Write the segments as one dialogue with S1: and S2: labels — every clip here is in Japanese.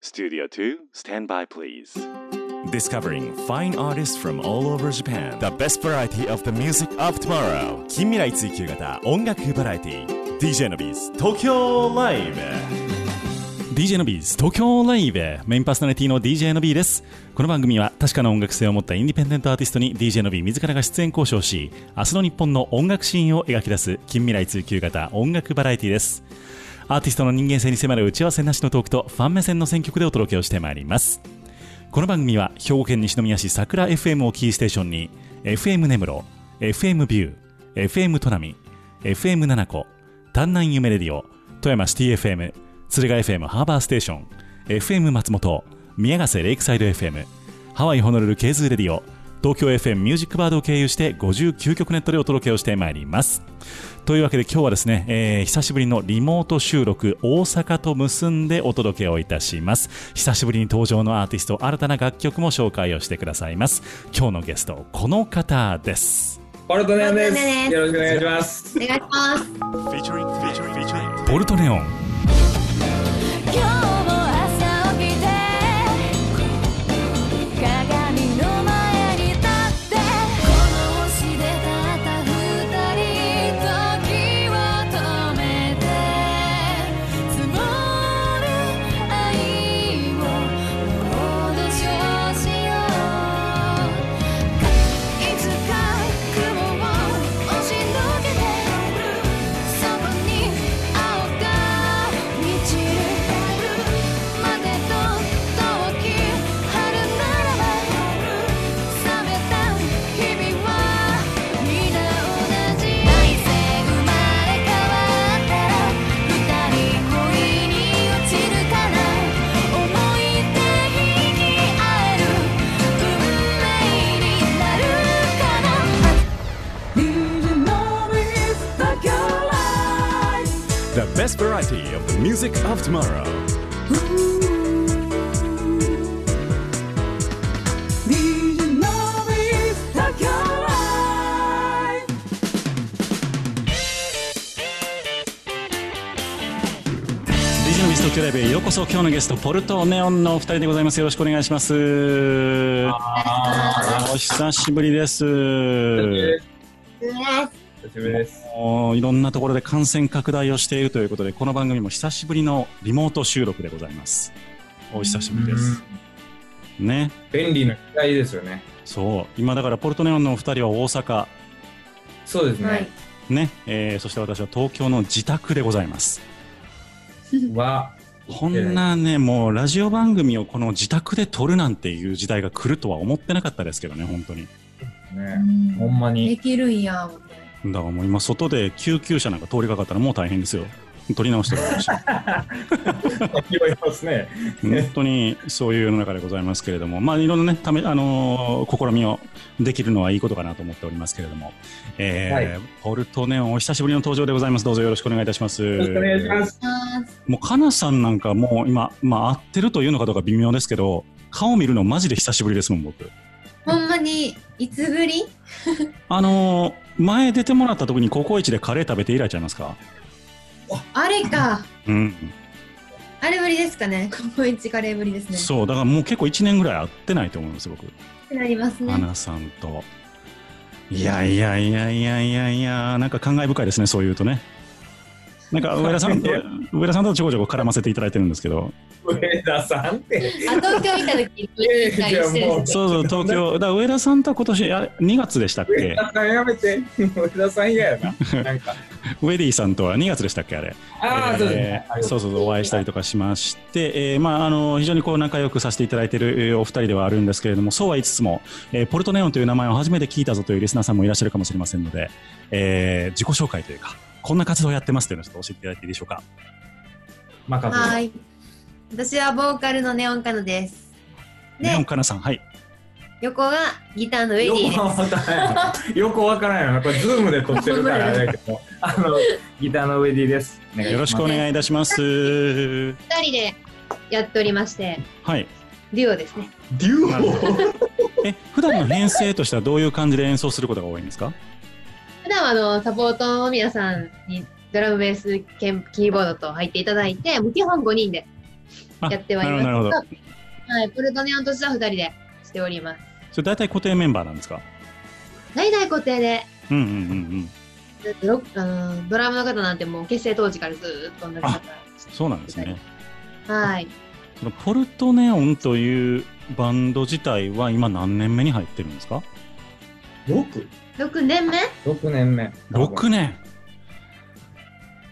S1: Studio 2, stand by please.
S2: Discovering fine artists from all over Japan. The best variety of the music of tomorrow. 近未来追求型音楽バラエティ DJ のビーズ東京ライブ DJ のビーズ東京ライブメインパーソナリティの DJ のビーです。この番組は確かな音楽性を持ったインディペンデントアーティストに DJ のビー自らが出演交渉し、明日の日本の音楽シーンを描き出す近未来追求型音楽バラエティです。アーティストの人間性に迫る打ち合わせなしのトークとファン目線の選曲でお届けをしてまいります。この番組は兵庫県西宮市桜 FM をキーステーションに FM 根室、FM ビュー、FM トナミ、FM 七子、丹南夢レディオ、富山シティ FM、鶴ヶ FM ハーバーステーション、FM 松本、宮ヶ瀬レイクサイド FM、ハワイホノルルケーズーレディオ、東京 FM ミュージックバードを経由して59曲ネットでお届けをしてまいります。というわけで今日はですね、えー久しぶりのリモート収録大阪と結んでお届けをいたします久しぶりに登場のアーティスト新たな楽曲も紹介をしてくださいます今日のゲストこの方です
S3: ポルトネオンで
S4: ポルトネオン
S3: す。
S4: です
S3: よろしくお願いします。
S4: お願いします。
S2: Featuring, featuring, featuring ポルトネオン
S5: 今日も朝起きて鏡の前に立ってこの星でたった二人時を止めて積もる愛をもうどうしようしよういつか雲を押しのけてそこに青が満ちるまでと遠き春ならば冷めた日々は皆同じ愛せ生まれ変わったら二人恋に落ちるかな思い出引き合える運命になるかな
S2: The best variety of the music of tomorrow ビジネス東京ライブへようこそ今日のゲストポルトネオンのお二人でございますよろしくお願いしますお久しぶりです
S3: 久しぶりです。
S2: もういろんなところで感染拡大をしているということで、この番組も久しぶりのリモート収録でございます。お久しぶりです。ね。
S3: 便利な機械ですよね。
S2: そう。今だからポルトネオンのお二人は大阪、
S3: そうですね。
S4: はい
S2: ね。えーそして私は東京の自宅でございます。
S3: は、
S2: こんなね、もうラジオ番組をこの自宅で撮るなんていう時代が来るとは思ってなかったですけどね、本当に。
S3: ね、ほんま
S4: で
S3: に。
S4: きるんや思って。
S2: だからもう今外で救急車なんか通りかかったらもう大変ですよ。撮り直してください。
S3: 言われますね。
S2: 本当にそういう世の中でございますけれども、まあ、いろんなね、ため、あのー試みをできるのはいいことかなと思っておりますけれども、えー
S3: はい
S2: ポルトネオン、お久しぶりの登場でございます。どうぞよろしくお願いいたします。。
S3: よろしくお願いしますす。
S4: あ
S2: もう、かなさんなんかもう今、まあ、合ってるというのかどうか微妙ですけど、顔見るのマジで久しぶりですもん、僕。
S4: ーほんまに、いつぶり
S2: あのー前出てもらった時にココイチでカレー食べて以来ちゃいますか
S4: あれか。
S2: うん。
S4: あれぶりですかね。ココイチカレーぶりですね。
S2: そう、だからもう結構1年ぐらい会ってないと思います、僕。
S4: ってなります
S2: ア
S4: ね。
S2: ナさんと。いやいやいやいやいやいや、なんか感慨深いですね、そういうとね。なん か上田さんと上田さんとちょこちょこ絡ませていただいてるんですけど、
S3: 上田さんって。
S4: あ、東京行った時、
S3: いやい
S4: 一
S3: やい
S4: 回
S3: や
S4: してる
S3: も
S4: ん
S3: う
S4: です
S2: そうそう、東 京、だから上田さんとは今年あ2月でしたっ
S3: 上
S2: け、
S3: 田さんやめて。上田さん嫌やな。なんか。
S2: ウェディさんとは2月でしたっけ、あれ、
S3: ああ、そうです
S2: え
S3: ね。
S2: ーそうそうそうお会いしたりとかしまして、えーまあ、あの非常にこう仲良くさせていただいているえーお二人ではあるんですけれども、そうは言いつつも、えーポルトネオンという名前を初めて聞いたぞというリスナーさんもいらっしゃるかもしれませんので、えー自己紹介というか、こんな活動をやってますというのをちょっと教えていただいていいでしょうか。
S3: マカ
S4: は
S3: ト。
S4: ーい。私はボーカルのネオンカノです。
S2: ネオン
S4: で、
S2: かなさん、はい。
S4: 横がギターのウェディ
S3: よ
S4: で
S3: くわ
S4: す。
S3: からんよくわからんよな。これ、ズームで撮ってるからあれだけど。あの、ギターのウェディです。お願いします
S2: よろしくお願いいたします。
S4: 二人でやっておりまして、
S2: はい。
S4: デュオですね。
S3: デュ
S2: え、普段の編成としてはどういう感じで演奏することが多いんですか
S4: 普段はあのサポートの皆さんにドラムベース兼キーボードと入っていただいて、もう基本5人で
S2: あ
S4: やってはいます
S2: なるほど、なるほど。
S4: はい、プルトニアンとスタッフ2人でしております。
S2: それ大体固定メンバーなんですか
S4: 大体固定で、
S2: うんうんうんうん。
S4: ずっとロックあのドラムの方なんてもう結成当時からずーっと同じ方。
S2: そうなんですね。
S4: はい。
S2: そのポルトネオンというバンド自体は今何年目に入ってるんですか
S3: 6?6
S4: 6年目
S3: 年目。
S2: 6年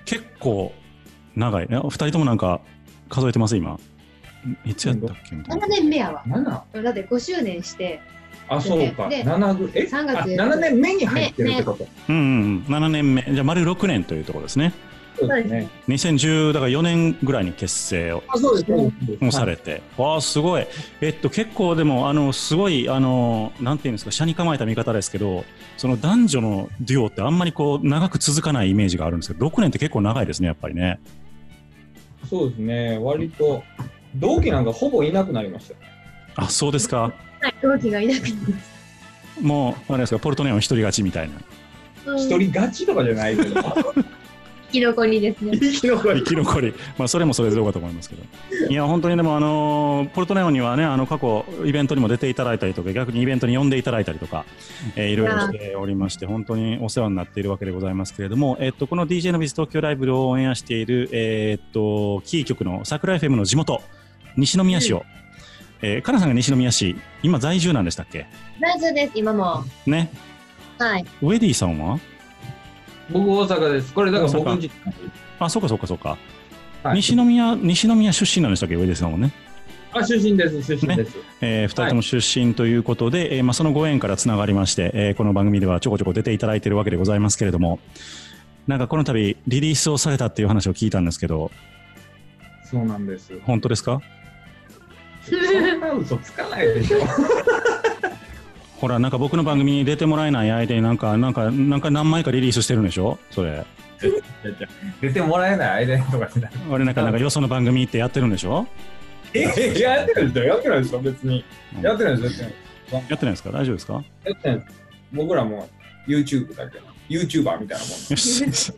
S2: 結構長い。2人ともなんか数えてます今。いつやったっけみたいな
S4: ?7 年目やわ。
S3: 7?
S4: だって5周年して、
S3: あ、そうか。
S4: で
S3: 7ぐえ
S4: 3月
S3: あ7年目に入ってるってこと。
S2: うんうんうん。7年目。じゃあ丸6年というところですね。
S3: そう
S4: ですね。
S2: 2010だから4年ぐらいに結成を
S3: あ、そうですそうです。
S2: もうされて、わあすごい、えっと、結構でもあのすごいあのなんていうんですか車に構えた見方ですけどその男女のデュオってあんまりこう長く続かないイメージがあるんですけど6年って結構長いですねやっぱりね
S3: そうですね。割と、同期なんかほぼいなくなりましたよ。
S2: あそうですか
S4: 同期がいなくなりまし
S2: もうあれですかポルトネオン一人勝ちみたいな
S4: た。うん
S3: 一人勝ちとかじゃないけど、
S4: 生き残りです ね。
S3: 生き残り
S2: 生。き残り、まあ、それもそれでどうかと思いますけど、いや、本当にでも、あのポルトネオにはね、あの過去、イベントにも出ていただいたりとか、逆にイベントに呼んでいただいたりとか、えーいろいろしておりまして、本当にお世話になっているわけでございますけれども、えっとこの DJ のビズ東京ライブをオンエアしている、えーっとキー局の桜 FM の地元、西宮市を、えー、かなさんが西宮市、今、在住なんでしたっけ、
S4: 大丈夫です、今も。
S2: ね、
S4: はい。
S2: ウェディさんは
S3: 僕大阪です。これだから僕
S2: 大
S3: んち
S2: あ、そうかそうかそうか、
S3: はい
S2: 西宮、西宮出身なんでしたっけ、ウェディさんもね。
S3: あ、出身です、出身です。
S2: えー、2人とも出身ということで、えーまあ、そのご縁からつながりまして、えーこの番組ではちょこちょこ出ていただいているわけでございますけれどもなんかこの度リリースをされたっていう話を聞いたんですけど
S3: そうなんです。
S2: 本当ですか
S3: そんな嘘つかないで しょ。
S2: ほらなんか僕の番組に出てもらえない間になんかなんかなんか何枚かリリースしてるんでしょそれ
S3: 出てもらえない間にとかしない。
S2: あれなんかなんかよその番組ってやってるんでしょ
S3: え、やってるんですよ。やってないですよ、別に。
S2: うん
S3: やってないですよ、
S2: やってないですか大丈夫 ですか
S3: やってないです。僕らも YouTube だけど、YouTuber みたいなもんです。
S2: よし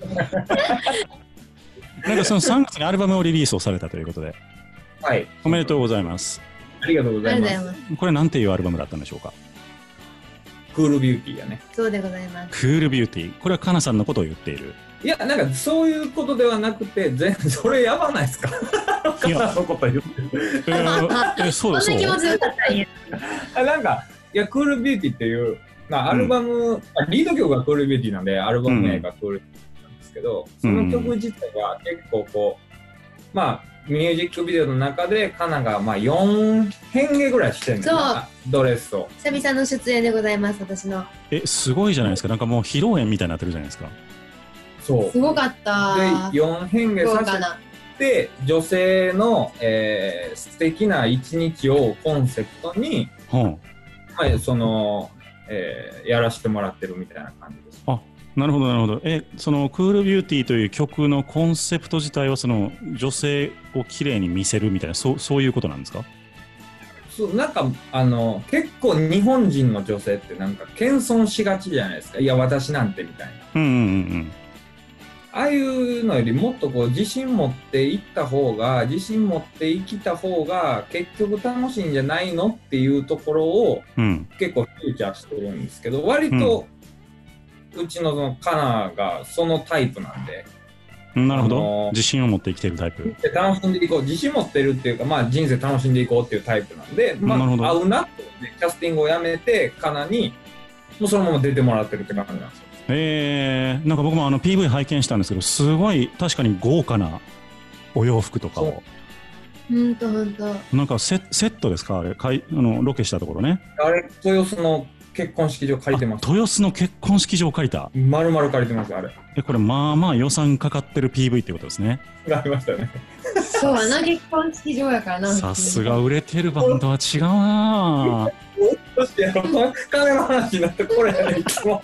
S2: なんかその3月にアルバムをリリースをされたということで
S3: はい。
S2: おめでとう
S3: う。
S2: ございます
S3: ありがとうご
S4: あ
S3: ざい
S4: り
S3: ま
S4: がとうご
S3: す。
S4: ざいま
S2: これなんていうアルバムだったんでしょうか
S3: クールビューティーやね。
S4: す。そうでございます。
S2: クールビューティーこれはかなさんのことを言っている
S3: いや、なんかそういうことではなくて、全 それやばないですか。
S2: いや
S3: そのこと言ってる
S2: えーえそう
S4: こ
S2: だ
S4: ん
S2: そう
S4: な気持ちよかったんや。
S3: あなんか、いや、クールビューティーっていう、まあ、アルバム、あリード曲がクールビューティーなんで、アルバム名がクールビューティーなんですけど、その曲自体は結構こう、まあ、ミュージックビデオの中で、カナがまあ4変化ぐらいしてるんだな、ドレスを。
S4: 久々の出演でございます、私の。
S2: えすごいじゃないですかなんかもう披露宴みたいになってるじゃないですか
S3: そう。
S4: す
S3: で、
S4: ごかった。
S3: 4変
S4: 豪
S3: 化
S4: 華
S3: さ
S4: な。
S3: せて、女性の、えー素敵な一日をコンセプトに、
S2: うん
S3: まあ、その、えーやらせてもらってるみたいな感じです。
S2: なるほどなるほどえそのクールビューティーという曲のコンセプト自体はその女性を綺麗に見せるみたいなそうそういうことなんですか
S3: そうなんかあの結構日本人の女性ってなんか謙遜しがちじゃないですかいや私なんてみたいな
S2: うんうんうん
S3: ああいうのよりもっとこう自信持っていった方が自信持って生きた方が結局楽しいんじゃないのっていうところを
S2: うんうん
S3: 結構フューチャーしてるんですけど割と、うちのそのカナがそのタイプなんで
S2: うんなるほ
S3: あの
S2: ど
S3: ー
S2: 自信を持って生きてるタイプ
S3: で楽しんでいこう自信持ってるっていうか、まあ、人生楽しんでいこうっていうタイプなんで、ま
S2: なるほ
S3: あ、
S2: ど
S3: 合うなって思ってキャスティングをやめてカナにもうそのまま出てもらってるって感じなんですよ
S2: えー、なんか僕もあの PV 拝見したんですけどすごい確かに豪華なお洋服とかを
S4: ほんとほんと。
S2: なんかセセットですかあれかいあのロケしたところね
S3: あれ豊洲の結婚式場借りてます
S2: あ豊洲の結婚式場を借りた
S3: まるまる借りてますあれ
S2: えこれまあまあ予算かかってる PV ってことですね
S3: ありましたね
S4: そう、あの結婚式場やからな。
S2: さすが売れてるバンドは違うな
S3: そしてやろ金の話になってこれやねいつも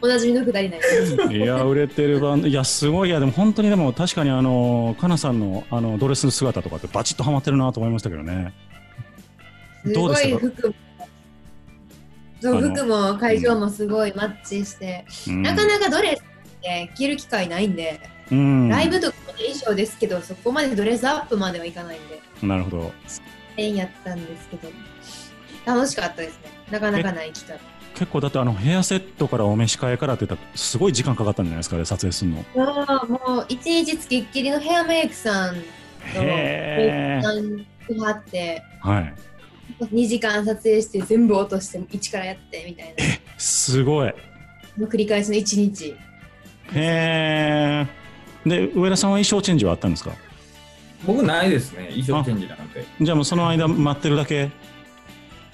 S4: おなじみのくだりない。
S2: ぁいや売れてるバンドいやすごいいやでも本当にでも確かにあのかなさんのあのドレスの姿とかってバチッとはまってるなと思いましたけどね
S4: す
S2: どう
S4: ご
S2: でし
S4: い
S2: たか
S4: 服も。そう、
S2: あの
S4: 服も会場もすごいマッチして。
S2: うん
S4: なかなかドレスって着る機会ないんで、
S2: うん
S4: ライブとかも衣装ですけど、そこまでドレスアップまではいかないんで、
S2: なるほど。
S4: 縁やったんですけど、楽しかったですね。なかなかない機会。
S2: 結構だってあのヘアセットからお召し替えからって言ったらすごい時間かかったんじゃないですかね撮影するの。
S4: ああ、もう一日つきっきりのヘアメイクさんと、
S2: へえ。
S4: さんに会って、
S2: はい。
S4: 2時間撮影して全部落として、一からやってみたいな、
S2: すごい。へ
S4: その繰り返しの一日。
S2: え。で上田さんは衣装チェンジはあったんですか。
S3: 僕ないですね、衣装チェンジなんて。
S2: じゃあもうその間待ってるだけ。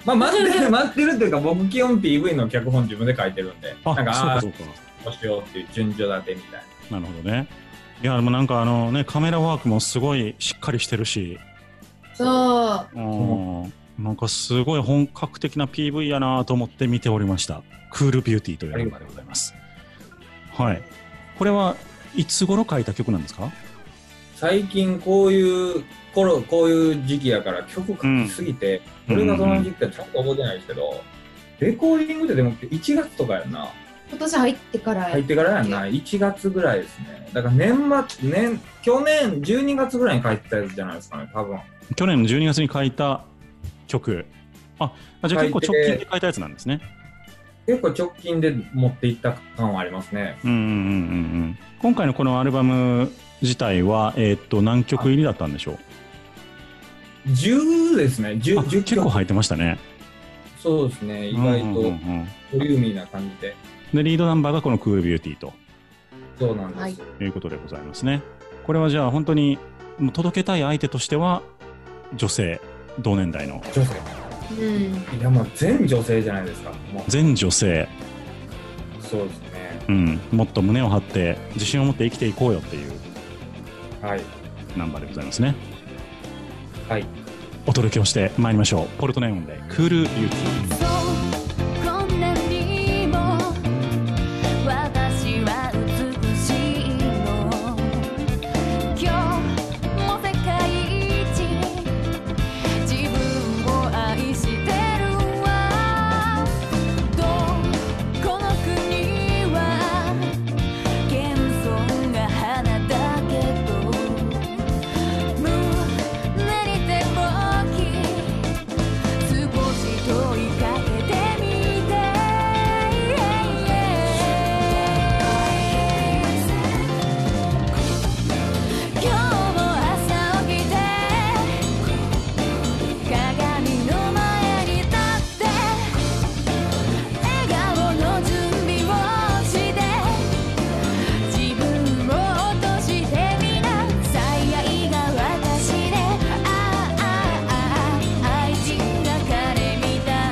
S3: まあ、待ってる、待ってるというか、僕、基本 PV の脚本自分で書いてるんで、
S2: あ、
S3: なんか、ああ
S2: そうかそうか。
S3: ー、こうしようっていう順序立てみたいな。
S2: なるほどね。いやでもなんかあのねカメラワークもすごいしっかりしてるし、
S4: そう。
S2: うん、なんかすごい本格的な PV やなと思って見ておりました。クールビューティーという映画でございます。はい。これはいつ頃書いた曲なんですか？
S3: 最近、こういう頃、こういう時期やから、曲書きすぎて、
S2: うん
S3: 俺がその時期はちょっと覚えてないですけど、レコーディングってでも1月とかやんな。
S4: 今年入ってから
S3: 入ってからやんな。1月ぐらいですね。だから年末、年、去年12月ぐらいに書いてたやつじゃないですかね、多分。
S2: 去年の12月に書いた曲。あ、あじゃあ結構直近で書いたやつなんですね。
S3: 結構直近で持っていった感はありますね。
S2: うんうんうんうん。今回のこのアルバム自体は、えーっと何曲入りだったんでしょう？
S3: 10ですね。10、
S2: あ
S3: 10
S2: 結構入ってましたね。
S3: そうですね。意外
S2: うんうんう
S3: と
S2: ん
S3: ボリューミーな感じで。
S2: でリードナンバーがこのクールビューティーと。
S3: そうなんです。
S4: はい
S2: ということでございますね。これはじゃあ本当にもう届けたい相手としては女性同年代の
S3: 女
S4: うん。
S3: 性。いや、もう全女性じゃないですか。も
S2: 全女性、
S3: うそうですね。
S2: うん、もっと胸を張って自信を持って生きていこうよっていう
S3: はい。
S2: ナンバーでございますね。
S3: はい。
S2: お届けをしてまいりましょう。ポルトネオンでクールビューティー。
S5: そうこんなにも私は美しいの今日も世界一自分を愛してるわどこの国は謙遜が花だけど胸に手を置き少し問いかけてみて今日も朝起きて鏡の前に立って笑顔の準備をして自分を落としてみな最愛が私でああああ愛人が彼みたい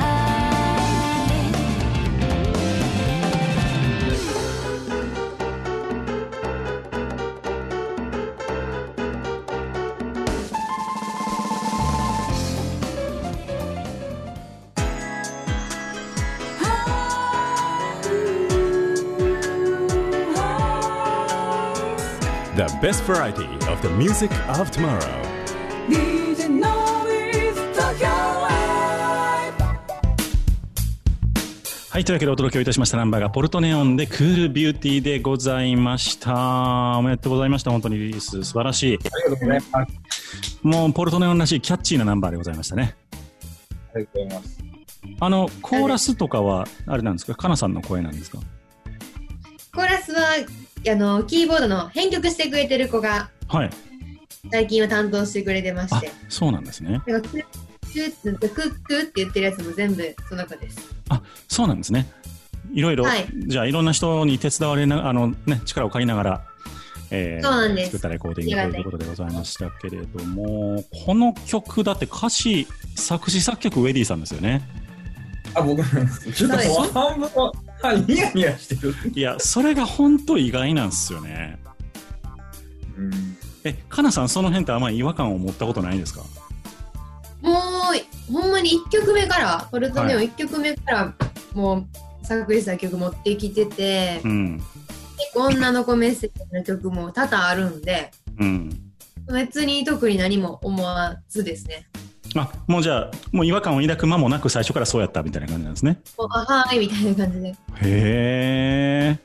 S6: The best variety of the music of tomorrow.
S7: DJ
S2: はい、というわけでお届けをいたしましたナンバーがポルトネオンでクールビューティーでございました。おめでとうございました。本当にリリース素晴らしい。
S3: ありがとうございます。あ
S2: もうポルトネオンらしいキャッチーなナンバーでございましたね。
S3: りがとうございます。
S2: あのコーラスとかはあれなんですか、かなさんの声なんですか。
S4: コーラスは、あの、キーボードの編曲してくれてる子が、
S2: はい。
S4: 最近は担当してくれてまし
S2: あ
S4: て。、
S2: そうなんですね。
S4: なんかクックックックって言ってるやつも全部その子です。
S2: そうなんですね。いろいろ、
S4: はい
S2: じゃあいろんな人に手伝われな、あのね、力を借りながら。え
S4: そうなんです
S2: 作ったレコーディングということでございましたけれども、この曲だって歌詞、作詞作曲ウェディさんですよ ね。
S3: あ、僕なんです。ちょっともう半分は、あニヤニヤしてる。
S2: いや、それが本当意外なんですよね。
S3: うん。
S2: え、かなさん、その辺ってあんまり違和感を持ったことないですか。
S4: もう、ほんまに1曲目から、ポルトネオ1曲目から、もう、作詞作曲持ってきてて、
S2: うん。
S4: 結構女の子メッセージの曲も多々あるんで、
S2: うん。
S4: 別に特に何も思わずですね。
S2: あ、もうじゃあ、もう違和感を抱く間もなく、最初からそうやったみたいな感じなんですね。
S4: もうあはーいみたいな感じで。
S2: へえ。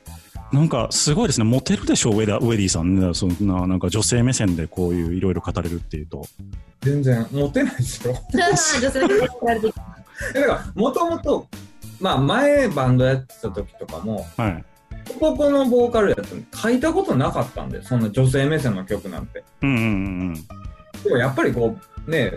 S2: なんかすごいですね、モテるでしょ、ウェダウェディさんね、そんななんか女性目線でこういういろいろ語れるっていうと、
S3: 全然モテないですよ
S4: 女性に叱られてきた
S3: だからもともとまあ前バンドやってた時とかも
S2: はい、
S3: 男のボーカルやったんで書いたことなかったんでそんな女性目線の曲なんて
S2: うんうんうんうん、
S3: でもやっぱりこうね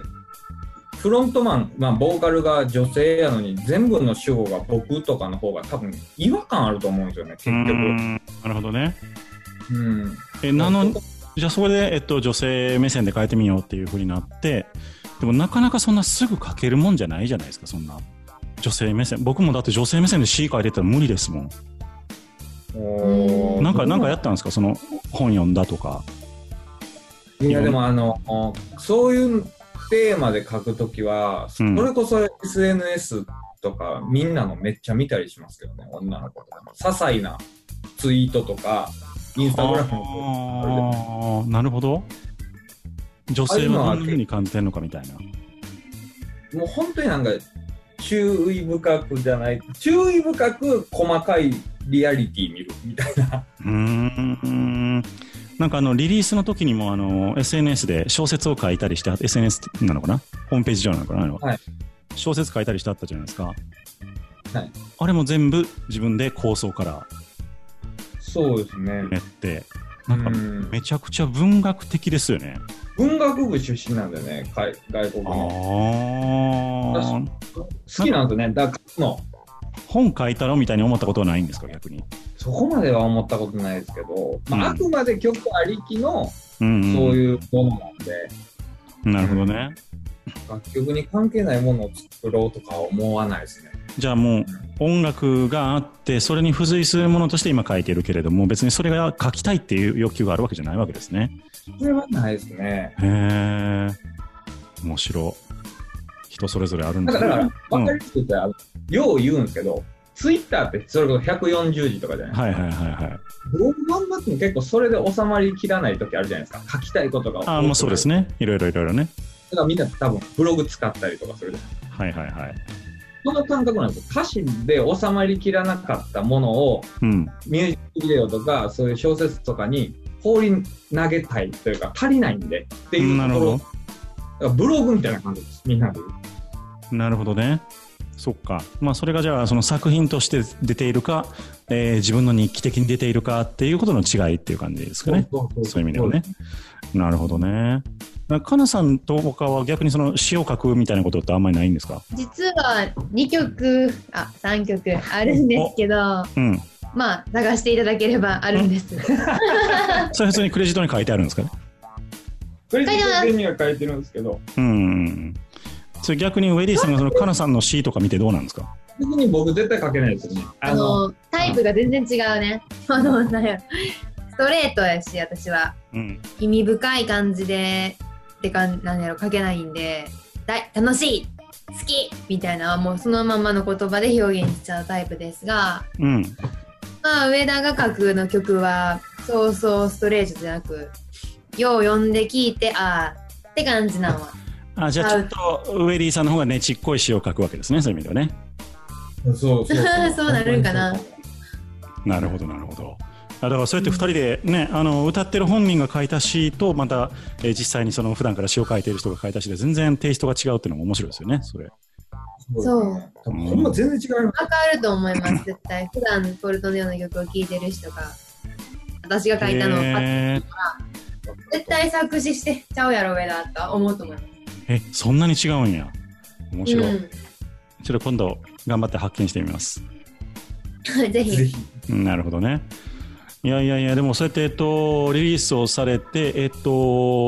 S3: フロントマン、まあ、ボーカルが女性やのに全部の主語が僕とかの方が多分違和感あると思うんですよね結
S2: う
S3: 局
S2: んなるほどね。
S3: うん
S2: えなのじゃあそこで、えっと、女性目線で変えてみようっていうふうになってでもなかなかそんなすぐ書けるもんじゃないじゃないですかそんな女性目線僕もだって女性目線で C 書いてたら無理ですもん
S3: おー
S2: なんかなんかやったんですかその本読んだとか
S3: いやでもあのそういうテーマで書くときは、
S2: うん
S3: それこそ SNS とかみんなのめっちゃ見たりしますけどね女の子とか些細なツイートとかインスタグラムの
S2: ああなるほど女性はどんなふうに感じてるのかみたいな
S3: もう本当になんか注意深くじゃない注意深く細かいリアリティ見るみたいな
S2: うーんなんかあのリリースの時にもあの SNS で小説を書いたりして SNS なのかなホームページ上なのかなあれは
S3: はい
S2: 小説書いたりしてあったじゃないですか、
S3: はい
S2: あれも全部自分で構想から
S3: そうですね
S2: 練って
S3: う
S2: なんか
S3: ん
S2: めちゃくちゃ文学的ですよね、
S3: 文学部出身なんだよね海外国の
S2: ああ
S3: 好きなんですよねだからの
S2: 本書いたろみたいに思ったことはないんですか逆に、
S3: そこまでは思ったことないですけど、まあ、
S2: うん
S3: あくまで曲ありきの
S2: うんうん
S3: そういうものなんで、
S2: なるほどね、
S3: 楽曲に関係ないものを作ろうとかは思わないですね。
S2: じゃあもう音楽があってそれに付随するものとして今書いてるけれども別にそれが書きたいっていう欲求があるわけじゃないわけですね
S3: それはないですね。
S2: へえ面白人それぞれあるん
S3: だ
S2: だ
S3: から、だ
S2: ね
S3: から分かりやすく言ったら、よう言うんですけど、ツイッターってそれこそ140字とかじゃない
S2: はいはいはいはい
S3: どう頑張っても結構それで収まりきらない時あるじゃないですか。書きたいことが多くて。
S2: ああまあそうですねいろいろいろいろね
S3: だからみんな多分ブログ使ったりとかするじゃないですか。
S2: はいはいはい
S3: その感覚なんですよ。歌詞で収まりきらなかったものを、
S2: うん
S3: ミュージックビデオとかそういう小説とかに放り投げたいというか足りないんでっていう
S2: なるほど
S3: ところだからブログみたいな感じですみんなで
S2: なるほどね。そっか。まあ、それがじゃあ、その作品として出ているか、えー自分の日記的に出ているかっていうことの違いっていう感じですかね。
S3: そうそ
S2: そういう意味ではね。なるほどね。だからかなさんと他は逆にその詩を書くみたいなことってあんまりないんですか
S4: 実は2曲あ3曲あるんですけど
S2: うん。
S4: まあ探していただければあるんです
S2: それ普通にクレジットに書いてあるんですか
S3: クレ
S4: ジット
S3: には書いてるんですけど
S2: うん。それ逆にウェディさんがそのかなさんの詩とか見てどうなんですか
S3: 別に僕絶対書けないですよね
S4: あのタイプが全然違うねあのなんやストレートやし私は
S2: うん。
S4: 意味深い感じでってかなんやろ書けないんでだい楽しい好きみたいなのはもうそのままの言葉で表現しちゃうタイプですが
S2: うん。
S4: まあ上田が書くの曲はそうそうストレートじゃなくよう読んで聞いてああって感じなのは
S2: あじゃあちょっとウェディさんの方がねちっこい詩を書くわけですね、そういう意味ではね。
S3: そうそうそう
S4: そうなるんかな
S2: なるほどなるほど。あだからそうやって2人で、ねあの歌ってる本人が書いた詩とまた、えー実際にその普段から詩を書いている人が書いた詩で全然テイストが違うっていうのも面白いですよねそれ。
S3: そう多分ほんま全然違いま
S4: わかると思います絶対普段ポルトネオの曲を聴いてる人が私が書いたのをパッ
S2: えー
S4: 絶対作詞してちゃうやろ上田とは思うと思います
S2: えそんなに違うんや面白い、
S4: うん
S2: ちょっと今度頑張って発見してみます。
S4: ぜ
S3: すぜ
S4: ひ。
S3: ひ
S2: うんなるほどね。いやいやいや、でもそうやって、えっと、リリースをされて、えっと、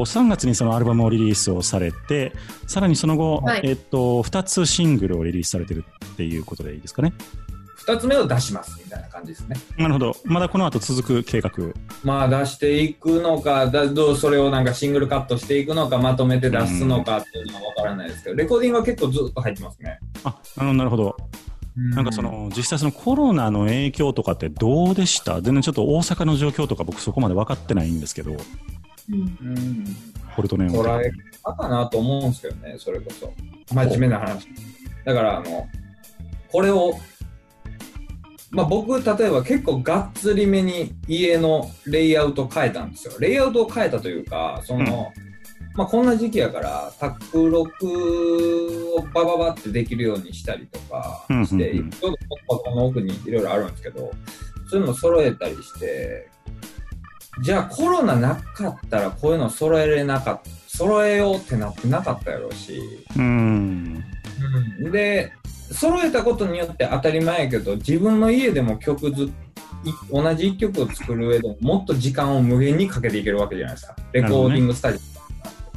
S2: 3月にそのアルバムをリリースをされて、さらにその後、
S4: はい
S2: えっと、2つシングルをリリースされてるっていうことでいいですかね。
S3: 2つ目を出しますみたいな感じですね
S2: なるほど。まだこの後続く計画。
S3: まあ出していくのかだどうそれをなんかシングルカットしていくのかまとめて出すのかっていうのは分からないですけどレコーディングは結構ずっと入ってますね
S2: あ、あの、なるほど。なんかその、実際そのコロナの影響とかってどうでした全然ちょっと大阪の状況とか僕そこまで分かってないんですけど、
S4: うん
S3: うん
S2: ポルトネオ
S3: 捉え方かなと思うんですけどね、それこそ。真面目な話。だから、あの、これをまあ、僕例えば結構がっつりめに家のレイアウト変えたんですよレイアウトを変えたというかその、まあ、こんな時期やから卓録をバババってできるようにしたりとか
S2: うんうんうん
S3: して、ちょうどパソコンの奥にいろいろあるんですけどそういうの揃えたりしてじゃあコロナなかったらこういうの揃えれなかった揃えようってなってなかったやろうし
S2: うん。
S3: で揃えたことによって当たり前やけど自分の家でも曲ずい同じ1曲を作る上でももっと時間を無限にかけていけるわけじゃないですかレコーディングスタジ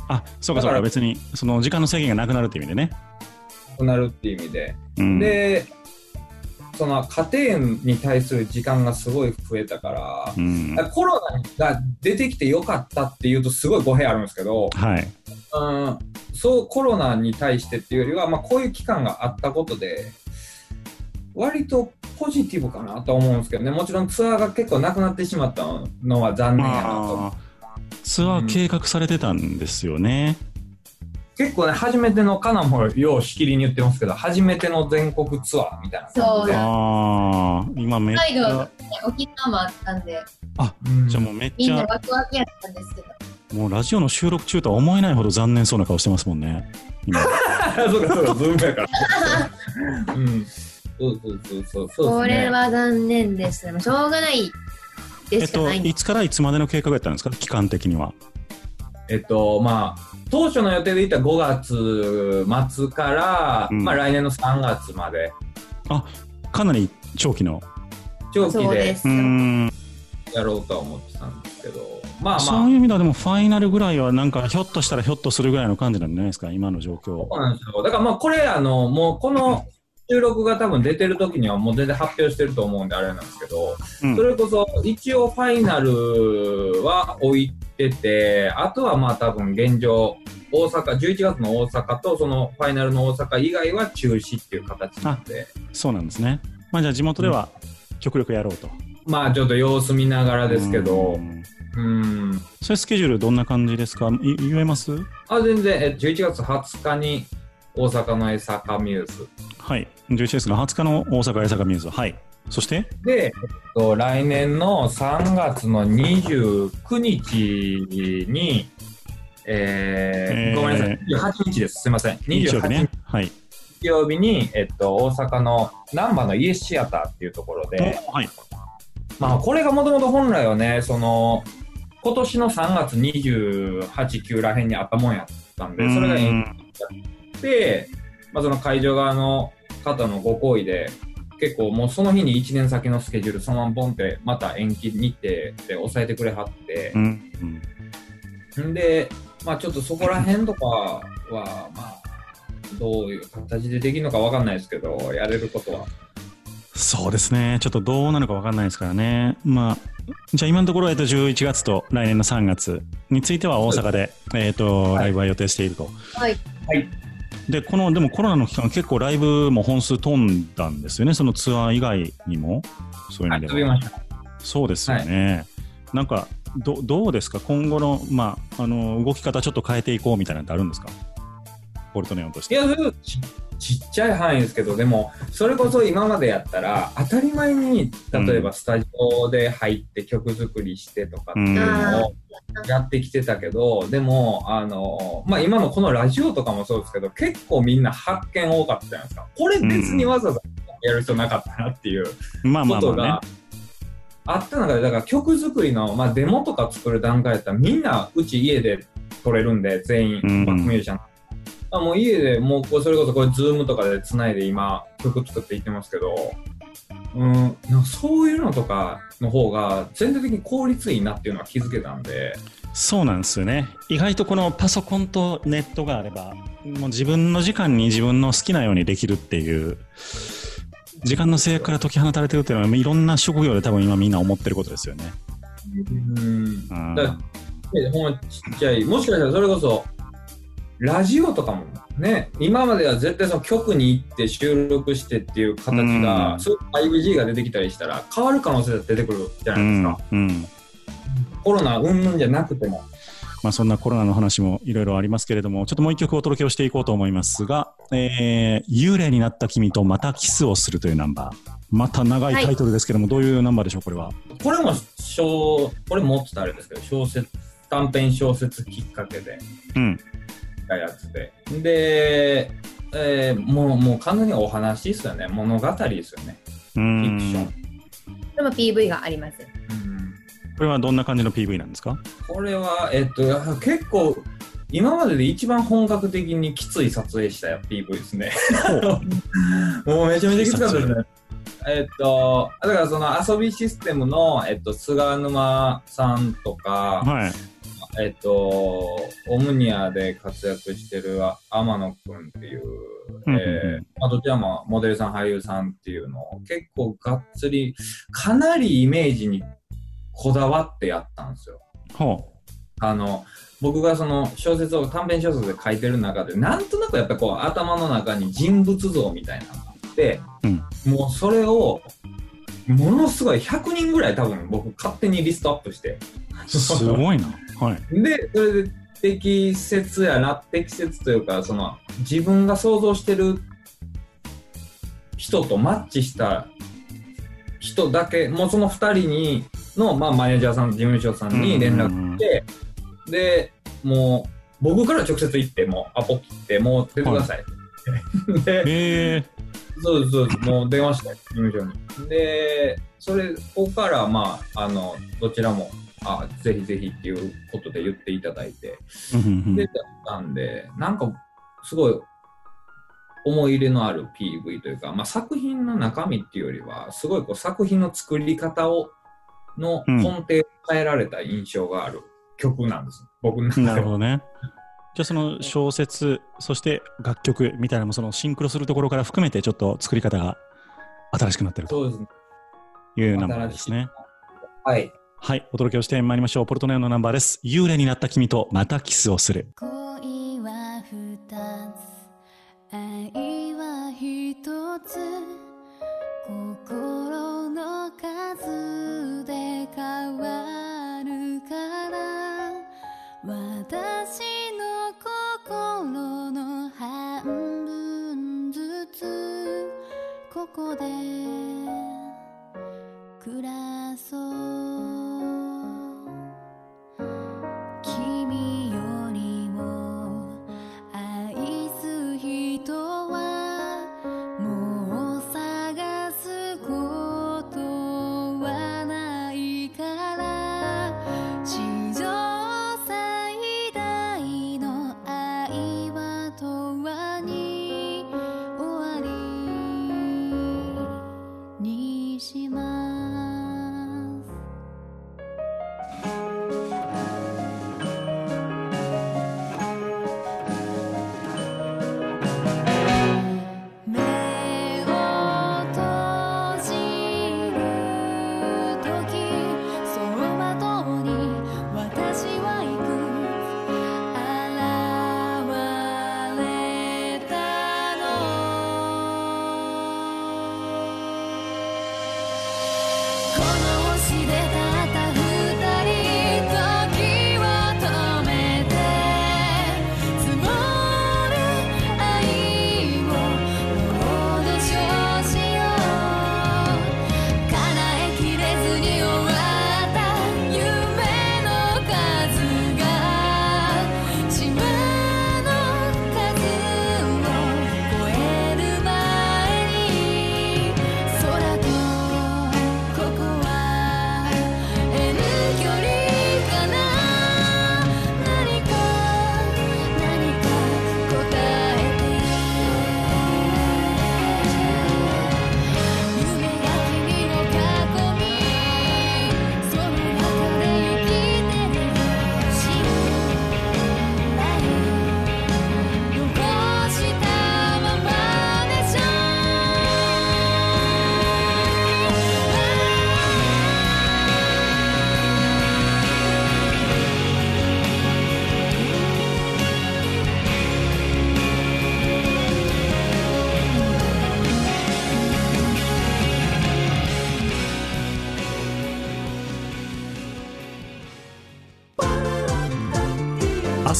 S2: あ、そうかそう
S3: だか
S2: から別にその時間の制限がなくなるっていう意味でね。
S3: オになるっていう意味で、
S2: うん、
S3: でその家庭に対する時間がすごい増えたから
S2: う。ん
S3: だか、らコロナが出てきてよかったっていうとすごい語弊あるんですけど、
S2: はい。
S3: うん、そうコロナに対してっていうよりは、まあ、こういう期間があったことで割とポジティブかなと思うんですけどねもちろんツアーが結構なくなってしまったのは残念やなと
S2: まあ、ツアー計画されてたんですよね。
S3: 結構ね初めてのカナもようしきりに言ってますけど初めての全国ツアーみたいな
S4: そうだ
S2: ああ、今めっち
S4: 北海
S2: ゃ
S4: 道、沖縄もあったんで
S3: うん
S2: じゃあもうめっ
S4: み
S2: ち
S4: んな
S2: ゃ、
S4: ワクワクやったんですけど
S2: もうラジオの収録中とは思えないほど残念そうな顔してますもんね。今。
S3: そうかそうかズームやから、うん、そうそうそうそうそう
S4: こ
S3: です
S4: れ
S3: ね
S4: は残念でしたでもしょうがないで
S2: えっ
S4: しか
S2: と、
S4: ないんで
S2: いつからいつまでの計画やったんですか期間的には。
S3: えっとまあ、当初の予定でいた5月末から、
S2: うん
S3: まあ、来年の3月まで
S2: かなり長期の。
S3: 長期
S4: そうで
S3: です
S2: う
S4: よ、
S2: ん。
S3: やろうとは思ってたんですけどまあ
S2: そ
S3: ま
S2: う
S3: あ
S2: いう意味ではでもファイナルぐらいはなんかひょっとしたらひょっとするぐらいの感じなんじゃないですか今の状況。
S3: そうなんですよだからまあこれあのもうこの収録が多分出てる時にはもう全然発表してると思うんであれなんですけど、
S2: うん
S3: それこそ一応ファイナルは置いててあとはまあ多分現状大阪11月の大阪とそのファイナルの大阪以外は中止っていう形なんで。
S2: そうなんですね。まあじゃあ地元では極力やろうと。
S3: まあちょっと様子見ながらですけ
S2: う
S3: ど、
S2: ん
S3: うん、
S2: それスケジュールどんな感じですかい言えます
S3: あ全然、え11月20日に大阪の江坂ミュース
S2: はい。11月の20日の大阪・江坂ミューズ。はい。そして
S3: で、えっと、来年の3月の29日に、え
S2: え
S3: ー
S2: ー
S3: ごめんなさい、28日です、すみません、
S2: 日曜日
S3: 28
S2: ね。はい。
S3: 日曜日に、えっと、大阪の難波のイエスシアターっていうところで、
S2: おはい。
S3: まあ、これがもともと本来はね、その、今年の3月28、9らへんにあったもんやったんで、それが
S2: うん
S3: で、まあ、その会場側の方のご好意で、結構もうその日に1年先のスケジュール、そのままボンって、また延期日程で抑えてくれはって
S2: う、んうん
S3: ん、で、まあちょっとそこら辺とかは、まあ、どういう形でできるのかわかんないですけど、やれることは。
S2: そうですね、ちょっとどうなるか分かんないですからね、まあ、じゃあ今のところ、えっと、11月と来年の3月については大阪で、えっと
S3: はい
S2: ライブは予定していると。
S4: はい
S3: はい
S2: で、このでもコロナの期間、結構ライブも本数飛んだんですよね、そのツアー以外にも、そういう
S3: は
S2: 意
S3: い、
S2: 味
S3: 飛
S2: で
S3: び
S2: は。
S3: ました。
S2: そうですよね、なんかど、どうですか、今後の,、まあ、あの動き方、ちょっと変えていこうみたいなのってあるんですか、ポルトネオンとし
S3: い
S2: て。
S3: や、それちちっちゃい範囲ですけど、でも、それこそ今までやったら、当たり前に、例えばスタジオで入って曲作りしてとかっていうのを、やってきてたけどでもあの、まあ、今のこのラジオとかもそうですけど結構みんな発見多かったじゃないですかこれ別にわざわざやる人なかったなっていうこ
S2: うんまあ
S3: とが
S2: まあ、まあね。
S3: あった中でだから曲作りの、まあ、デモとか作る段階だったらみんなうち家で撮れるんで全
S2: うん
S3: 員バックミュージシャン。あもう家でもうこうそれこそこれズームとかでつないで今曲作っていってますけど、うん、なんかそういうのとかの方が全体的に効率いいなっていうのは気づけたんで、
S2: そうなんですよね意外とこのパソコンとネットがあればもう自分の時間に自分の好きなようにできるっていう時間の制約から解き放たれてるっていうのはいろんな職業で多分今みんな思ってることですよね。
S3: うん、
S2: うん
S3: だでほんまちっちゃい、もしかしたらそれこそ、ラジオとかもね、今までは絶対その局に行って収録してっていう形が、
S2: うん
S3: そういう 5G が出てきたりしたら、変わる可能性が出てくるじゃ
S2: う
S3: ないです
S2: ん
S3: か、
S2: うん
S3: コロナうんぬんじゃなくても。
S2: まあ、そんなコロナの話もいろいろありますけれども、ちょっともう一曲お届けをしていこうと思いますが、えー幽霊になった君とまたキスをするというナンバー。また長いタイトルですけども、どういうナンバーでしょう、これは。
S3: これも小これもってたあれですけど小説短編小説きっかけで
S2: うん。
S3: たやつでで、えーもうもう完全にお話ですよね物語ですよね
S2: う
S3: フィクショ
S2: ん。
S3: ン、
S4: でも PV があります。
S3: うん
S2: これはどんな感じの PV なんですか
S3: これはえっとやはり結構今までで一番本格的にきつい撮影した PV です ねもうめちゃめちゃきつかったですねえっとだからその遊びシステムの、えっと、菅沼さんとか、
S2: はい。
S3: えっと、オムニアで活躍してるあ天野くんっていう、
S2: うんうんうん
S3: えーまあ、どちらもモデルさん、俳優さんっていうのを結構がっつり、かなりイメージにこだわってやったんですよ。
S2: ほ
S3: あの、僕がその小説を短編小説で書いてる中で、なんとなくやっぱこう頭の中に人物像みたいなのがあって、
S2: うん
S3: もうそれを、ものすごい100人ぐらい多分僕勝手にリストアップして、
S2: う。すごいな。はい。
S3: でそれで適切やな適切というかその自分が想像してる人とマッチした人だけもうその2人にの、まあ、マネージャーさん事務所さんに連絡して、でもう僕から直接行ってもうアポ切ってもう出てください、で
S2: え
S3: そうですそうです、もう電話して、事務所に。で、それ、ここから、まあ、あの、どちらも、あ、ぜひぜひっていうことで言っていただいて、
S2: ー。うんうんうん
S3: で、やったんで、なんか、すごい、思い入れのある PV というか、まあ、作品の中身っていうよりは、すごいこう作品の作り方を、の
S2: うん
S3: 根底を変えられた印象がある曲なんです。僕の中で
S2: な
S3: は
S2: るほどね。じゃあその小説、そして楽曲みたいなのもそのシンクロするところから含めてちょっと作り方が新しくなってると
S3: そうですね。
S2: いうナンバーですね。
S3: はい。
S2: はい、お届けをしてまいりましょう。ポルトネオのナンバーです。幽霊になった君とまたキスをする。
S5: 恋は二つ愛は一つ心の数で変わるから私の心の半分ずつここで暮らそう君よりも愛す人はもう探すことはないから史上最大の愛は永遠に終わり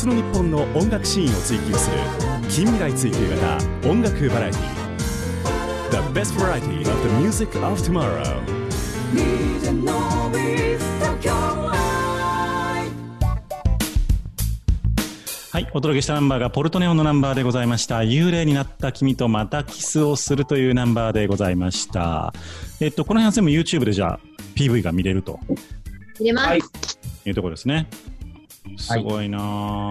S6: の日本の音楽シーンを追求する近未来追求型音楽バラエティ The best variety of the music of tomorrow
S5: Live
S2: はい、お届けしたナンバーがポルトネオのナンバーでございました。幽霊になった君とまたキスをするというナンバーでございました。えっと、この辺は全部 YouTube でじゃあ PV が見れると
S4: 入れます、
S3: はい
S2: いうところですね。すごいな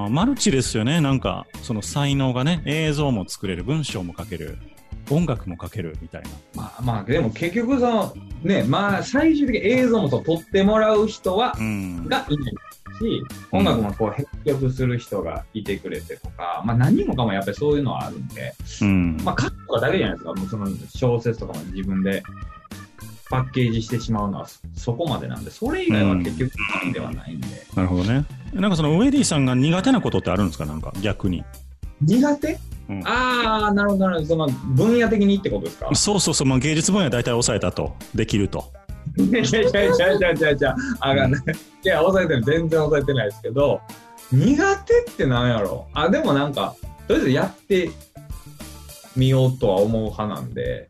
S2: あ、マルチですよね。なんか、その才能がね、映像も作れる、文章も書ける、音楽も書けるみたいな。
S3: まあまあでも結局そのねまあ最終的に映像もそう撮ってもらう人は
S2: うん。
S3: がいないし音楽もこう編曲する人がいてくれてとか、まあ、何もかもやっぱりそういうのはあるんで、
S2: うん。
S3: まあ、歌詞とかだけじゃないですかもうその小説とかも自分でパッケージしてしまうのはそそこまでなんでそれ以外は結局なんではないんで、
S2: なるほどね。なんかそのウェディさんが苦手なことってあるんですかなんか逆に。
S3: 苦手、
S2: うん
S3: ああなるほどなるほどその分野的にってことですか
S2: そうそうそう、まあ、芸術分野大体抑えたと、できると。
S3: いやいやいやいやいやいやいやあがないいや抑えてる全然抑えてないですけど苦手ってなんやろあでもなんかとりあえずやってみようとは思う派なんで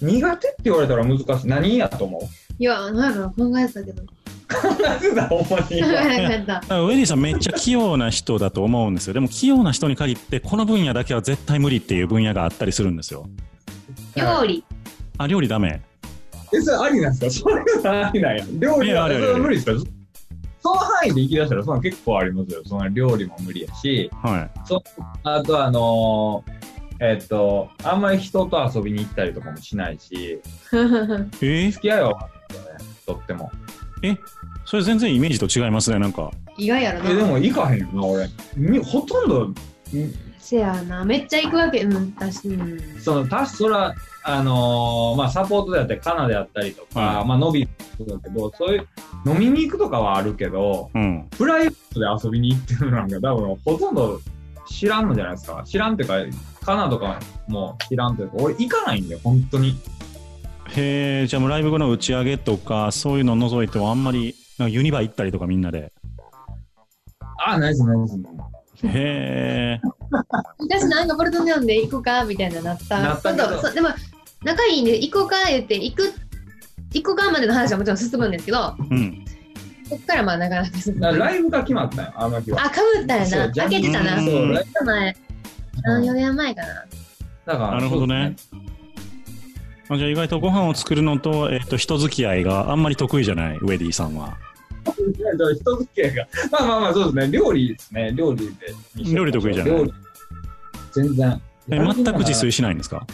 S3: 苦手って言われたら難しい何やと思う
S4: いやなんやろ考えてたけど考
S3: なぜだほんまに
S4: え てた
S2: だからウェディさんめっちゃ器用な人だと思うんですよ。でも器用な人に限って、この分野だけは絶対無理っていう分野があったりするんですよ。
S4: 料理
S2: あ、料理ダメ。
S3: え、それありなんですかそれはありなんや。料
S2: い
S3: 理
S2: や
S3: は
S2: あ
S3: そ
S2: るある
S3: れは無理ですかその範囲で行き出したら、その結構ありますよ。その料理も無理やし、
S2: は
S3: あとあのーえっ、と、あんまり人と遊びに行ったりとかもしないし、
S2: い。えー
S3: 付き合いはあるんですよね、とっても。
S2: えそれ全然イメージと違いますね、なんか。
S4: 意外やろ
S3: え、で
S4: な
S3: も行かへんよな、俺。みほとんど、み
S4: せやなめっちゃ行くわけうん私うん
S3: その、たそら、あのーまあ、サポートであったり、カナであったりとか、
S2: はい
S3: まあ、伸びそうだけど、そういう、飲みに行くとかはあるけど、
S2: うん。
S3: プライベートで遊びに行ってるなんか多分ほとんど知らんのじゃないですか。知らんっていうか、カナとかも知らんというか、俺行かないんだよ、本当に。
S2: へえ、じゃあもうライブ後の打ち上げとか、そういうの除いてもあんまり、なんかユニバ行ったりとかみんなで。
S3: あ、ナイスナイス。
S2: へえ。
S4: 私なんかポルトネオンで行こうかみたいななった
S3: なったけど
S4: 今度そうでも仲いいんで行こうか言って行く行こうかまでの話はもちろん進むんですけど
S2: うん。
S4: こっからまあなかなか進む
S3: だからライブが決まったよ、あの日は。
S4: あかぶったや
S3: そう
S4: な
S3: ジャ
S4: 開
S3: ニ
S4: け
S3: ー
S4: てたな
S2: うん
S4: ちょ
S3: そう、ライ
S4: っと前
S3: ブ
S4: 34年前かな
S3: だから、
S2: なるほどね
S3: そう
S2: あじゃあ意外とご飯を作るのと、えっ、と、人付き合いがあんまり得意じゃない、ウェディさんは。
S3: ですね。だから人付き合いが。まあまあまあ、そうですね。料理ですね。料理で。
S2: 料理得意じゃない
S3: 料理。全然。
S2: え全く自炊しないんですか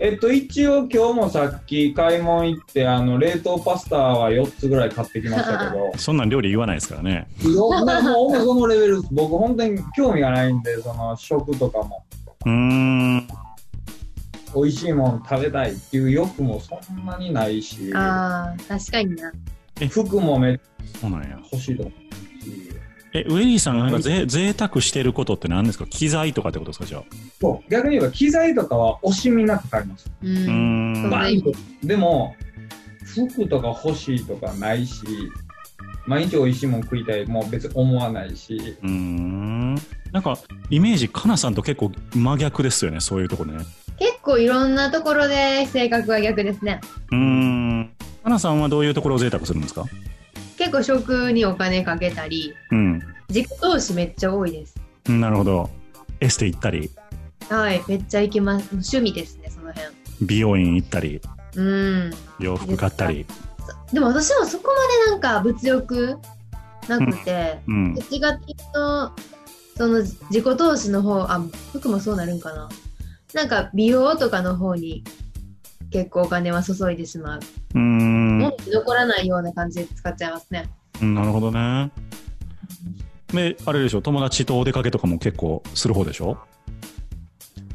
S3: えっと、一応今日もさっき買い物行って、あの、冷凍パスタは4つぐらい買ってきましたけど、
S2: そんなん料理言わないですからね。
S3: いろんな、もうほんまそのレベルです。僕、本当に興味がないんで、その食とかも、
S2: うーん。
S3: 美味しいもの食べたいっていう欲もそんなにないし、
S4: あー確かにな
S3: 服もめっちゃ
S2: そうなんや。
S3: 欲しいと思うし、
S2: え、ウェリーさんがなんかぜ贅沢してることって何ですか機材とかってことですかじゃあ。
S3: そう逆に言えば、機材とかは惜しみなく買います。
S4: う
S2: うー
S4: ん
S2: ん。
S4: まあ
S3: バイクでも、服とか欲しいとかないし、毎日美味しいもの食いたいも別に思わないし、
S2: うーん。なんか、イメージ、かなさんと結構真逆ですよね、そういうとこね。
S4: 結構いろんなところで性格は逆ですね
S2: うーん。かなさんはどういうところを贅沢するんですか
S4: 結構食にお金かけたり
S2: うん。
S4: 自己投資めっちゃ多いです
S2: なるほど。エステ行ったり、
S4: はいめっちゃ行きます趣味ですねその辺
S2: 美容院行ったり、
S4: うん
S2: 洋服買ったり。
S4: でも私もそこまでなんか物欲なくて、
S2: うん
S4: ど。っちがっていうとその自己投資の方あ服もそうなるんかななんか美容とかの方に結構お金は注いでしまう、
S2: うーん。
S4: もう残らないような感じで使っちゃいますね
S2: うんなるほどね。で、あれでしょ、友達とお出かけとかも結構する方でしょ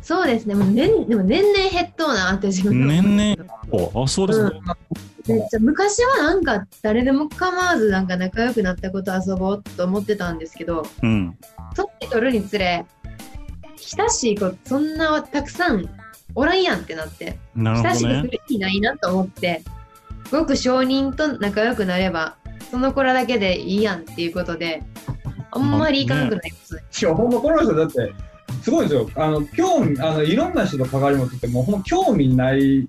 S4: そうですねもう年でも年々減っとうなって自分でも
S2: 年おあ、そうですね。
S4: めっちゃ昔はなんか誰でも構わずなんか仲良くなったこと遊ぼうと思ってたんですけど
S2: うん。
S4: 取って取るにつれ親しい子そんなたくさんおらんやんってなって
S2: なる
S4: 親
S2: ほ
S4: し
S2: ど
S4: く
S2: ね
S4: す。る気ないなと思ってごく証人と仲良くなればその子らだけでいいやんっていうことであんまり行かなくなりますね。
S3: いや、ほんまこの人だって、すごいですよ。あの、興味、あの、いろんな人と関わり持ってて、もうほんま興味ない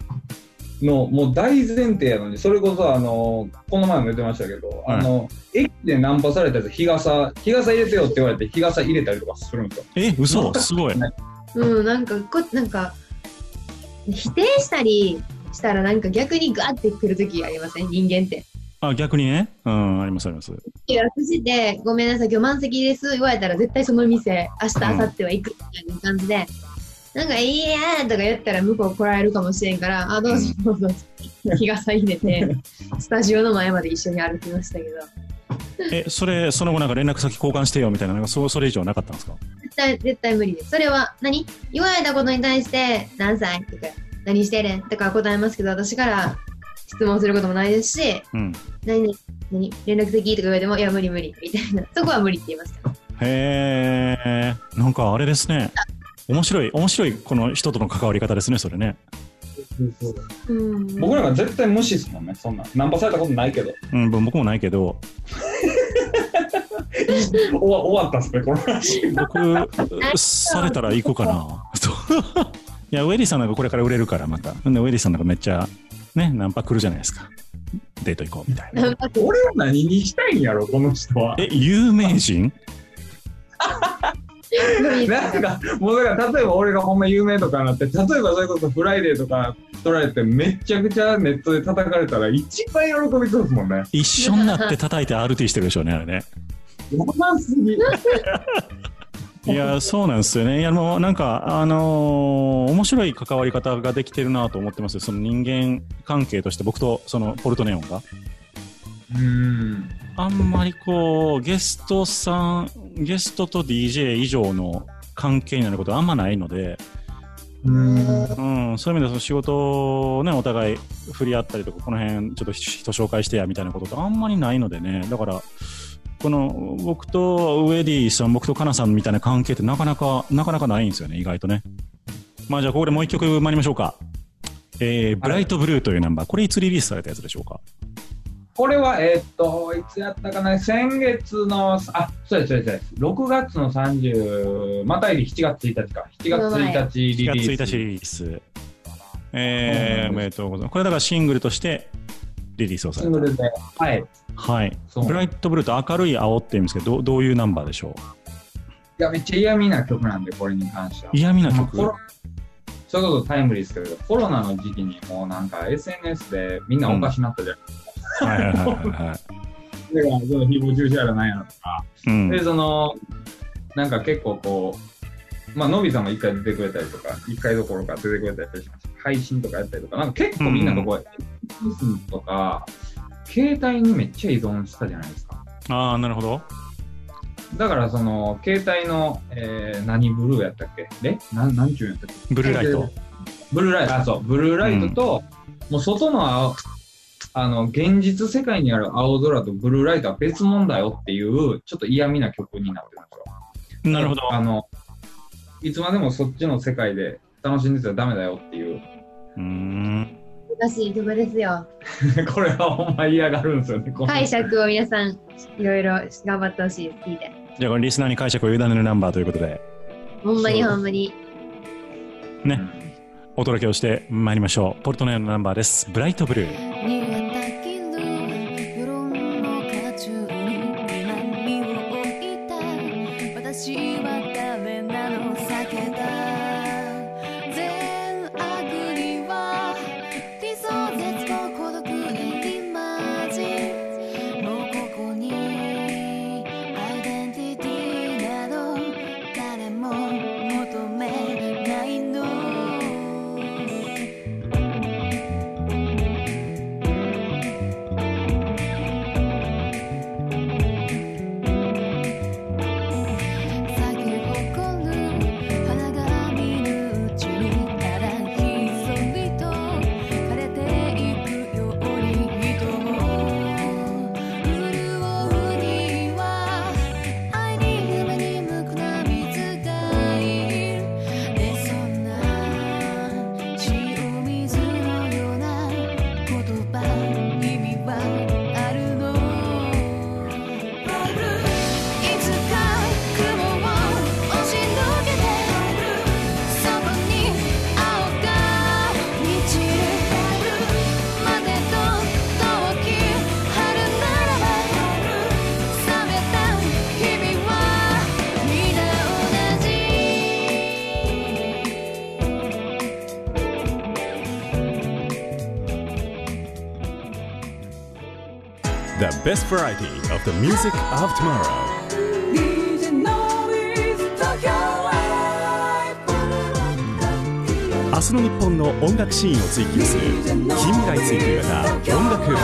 S3: の、もう大前提やのに、それこそあの、この前も言ってましたけど、
S2: はい
S3: あの、駅でナンパされたやつ、日傘、日傘入れてよって言われて、日傘入れたりとかするんですよ。
S2: え、嘘すごい。
S4: うん、なんかこ、なんか、否定したりしたら、なんか逆にガーってくるときありません、人間って。
S2: あ、逆にね。うん、ありますあります。
S4: いや、私で、ごめんなさい、今日満席です、言われたら、絶対その店、明日、
S2: うん
S4: 明後日は行くみたいな感じで、なんか、いいやーとか言ったら、向こう来られるかもしれんから、あ、どうぞどうぞ、日傘入れて、スタジオの前まで一緒に歩きましたけど、
S2: え、それ、その後なんか連絡先交換してよみたいな、なんかそうそれ以上なかったんですか
S4: 絶対、絶対無理です。それは何、言われたことに対して、何歳とか、何してるんとか答えますけど、私から質問することもないですし、
S2: うん。
S4: 何々何連絡先とか言われても、いや、無理無理、みたいな。そこは無理って言いますから。
S2: へえ、なんかあれですね。面白い、面白い、この人との関わり方ですね、それね。
S4: うん。
S3: 僕らが絶対無視ですもんね、そんな。ナンパされたことない けど。
S2: うん、僕もないけど、
S3: 終わ終わったっすね、この話。
S2: 僕、されたら行こうかな。そういや、ウェリーさんなんかこれから売れるから、また。ほんで、ウェリーさんなんかめっちゃ、ね、ナンパ来るじゃないですか。デート行こうみたいな。
S4: ナンパ
S3: 俺を何にしたいんやろ、この人は。
S2: え、有名人
S4: 無 理です
S3: なんか、もうだから、例えば俺がほんま有名とかなって、例えばそれこそフライデーとか取られて、めちゃくちゃネットで叩かれたら、一番喜びそうですもんね。
S2: 一緒になって叩いて RT してるでしょうね、あれね。
S3: やばすぎ。
S2: いや、そうなんですよね。いや、もうなんか、あのー面白い関わり方ができてるなと思ってますよ。その人間関係として、僕とそのポルトネオンが。
S3: うん。
S2: あんまりこう、ゲストさん、ゲストと DJ 以上の関係になることはあんまないので、
S3: うん。
S2: うん、そういう意味ではその仕事をね、お互い振り合ったりとか、この辺ちょっと人紹介してやみたいなことってあんまりないのでね、だから、この僕とウェディさん、僕とカナさんみたいな関係ってなかなか、なかなかないんですよね、意外とね。まあじゃあここでもう一曲参りましょうか。えー、ブライトブルーというナンバー、これいつリリースされたやつでしょうか
S3: これは、えーっと、いつやったかな、先月の、あ、そうです、そうです、そうです。6月の30、またいで7月1日か。7月1日リリース。
S2: 1日リリース。えー、おめでとうございます。これだからシングルとしてリリースをさ
S3: シ
S2: れ
S3: ング
S2: た。
S3: ルで。はい。
S2: はい。
S3: そう
S2: ブライトブルーと明るい青って言うんですけど、どうどういうナンバーでしょ
S3: いや、めっちゃ嫌味な曲なんで、これに関しては
S2: う。嫌味な
S3: まあ
S2: 曲
S3: コロそれこそタイムリーですけど、コロナの時期にもうなんか SNS でみんなおかしなったじゃん。
S2: はいはいはいはいはい。
S3: だから、その誹謗中傷やらなんやらとか。
S2: うん
S3: で、その、なんか結構こう、まあ、のびさんも一回出てくれたりとか、一回どころか出てくれたりしました。配信とかやったりとか、なんか結構みんなのこう、SNS とか、携帯にめっちゃ依存したじゃないですか。
S2: ああ、なるほど。
S3: だからその、携帯の、えー何ブルーやったっけで、なん、なんちゅうんやったっけ
S2: ブルーライト。
S3: ブルーライト、あ、そう、ブルーライトと、もう外の青、あの、現実世界にある青空とブルーライトは別物だよっていう、ちょっと嫌味な曲になってるんですよ。
S2: なるほど。
S3: あの、いつまでもそっちの世界で楽しんでたらダメだよっていう。
S2: うーん。
S4: 難しい曲ですよ。
S3: これはほんま嫌がるんですよね、この
S4: 解釈を皆さん、いろいろ頑張ってほしいです。聞いて。
S2: じゃあこれリスナーに解釈を委ねるナンバーということで、
S4: ほんまに
S3: そう
S4: ほんまに。
S2: ねお届けをしてまいりましょう。ポルトネオのナンバーです。ブライトブルー。
S5: 「逃げたきる夜の家中に南を置いた」「私は誰なの避けた」「善悪には理想絶望孤独へリマジン」「もうここにアイデンティティなど誰も求めないの」咲き誇る花が見
S6: The best variety of the music of tomorrow.
S7: DJ
S6: 明日の日本の音楽シーンを追求する近未来追求型音楽バラエティ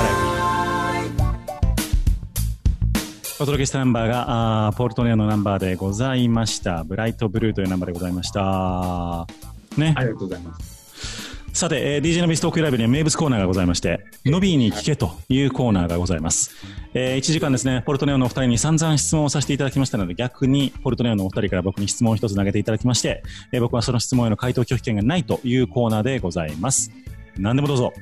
S2: お届けしたナンバーがあーポールトネアのナンバーでございました。ブライトブルーというナンバーでございました。ね。
S3: ありがとうございます。
S2: さて、えー DJ のビストークライブには名物コーナーがございまして、ノビーに聞けというコーナーがございます。え1時間ですね、ポルトネオのお二人に散々質問をさせていただきましたので、逆にポルトネオのお二人から僕に質問を一つ投げていただきまして、えー僕はその質問への回答拒否権がないというコーナーでございます。何でもどうぞ。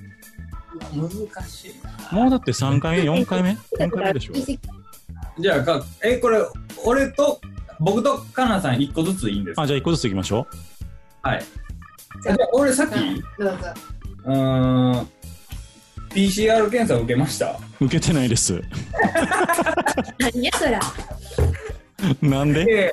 S7: 難しい
S2: もうだって3回目、4回目 ?4 回目でしょ。
S3: じゃあか、え、これ、俺と、僕とカナさん一個ずついいんですか
S2: あ、じゃあ1個ずついきましょ
S3: はい。じゃあ、俺さっき、
S4: どうぞ。
S3: うーん、PCR 検査を受けました。
S2: う。受けてないです。
S4: 何やそら。
S2: なん で
S3: で、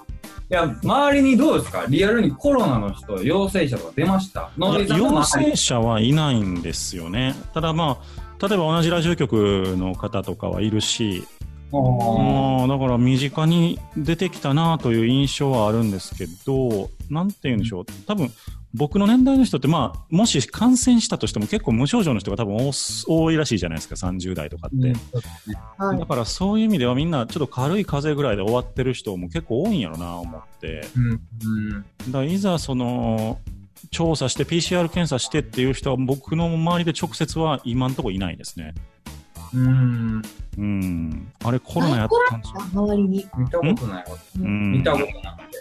S3: いや、周りにどうですかリアルにコロナの人、陽性者とか出ました。野
S2: い
S3: 上
S2: や
S3: さんも
S2: 陽性者はいないんですよね、ただまあ、例えば同じラジオ局の方とかはいるし、
S3: あ
S2: あーだから身近に出てきたなという印象はあるんですけど、なんて言うんでしょう、多分僕の年代の人って、まあ、もし感染したとしても結構無症状の人が多分多す多いらしいじゃないですか、30代とかって。
S3: ー
S4: はい
S2: だからそういう意味ではみんなちょっと軽い風邪ぐらいで終わってる人も結構多いんやろな思って。
S3: うん、うん。
S2: だからいざその調査して PCR 検査してっていう人は僕の周りで直接は今のところいないですね。
S3: うん、
S2: うん。あれコロナやったんじゃ
S4: あ周りに。
S3: 見たことないわ。
S2: う
S4: う
S2: ん
S4: ん
S3: 見たことない。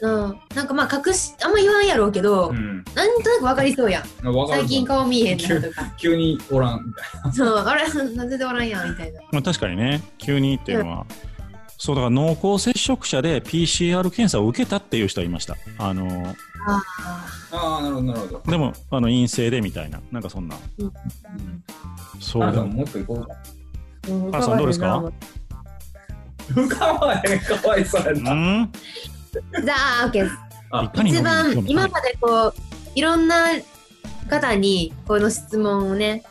S4: うん。なんかまあ隠し、あんま言わんやろうけど
S3: う、ん。
S4: なんとなくわかりそうやん。
S3: わかる
S4: 最近顔見えへんなとか。
S3: 急におらんみたい
S4: そう、あれ、なぜでおらんやんみたいな。
S2: まあ確かにね、急にっていうのは。そうだから濃厚接触者で PCR 検査を受けたっていう人はいました。あの、
S4: あ
S3: な。ああ、なるほど、なるほど。
S2: でも、あの、陰性でみたいな。なんかそんな。そ
S3: カナ
S2: うだ
S3: さんもう一個行こうか。
S4: ーうん
S2: 母さんどうですか
S3: 浮かばへん、かわいそうや
S2: う
S3: な。
S2: ん
S4: じゃあ、OK です。
S3: あ
S2: いかに
S4: 一
S2: 飲みに
S4: 番
S2: 興味
S4: 今
S2: ない
S4: までこういろんな方にこの質問をね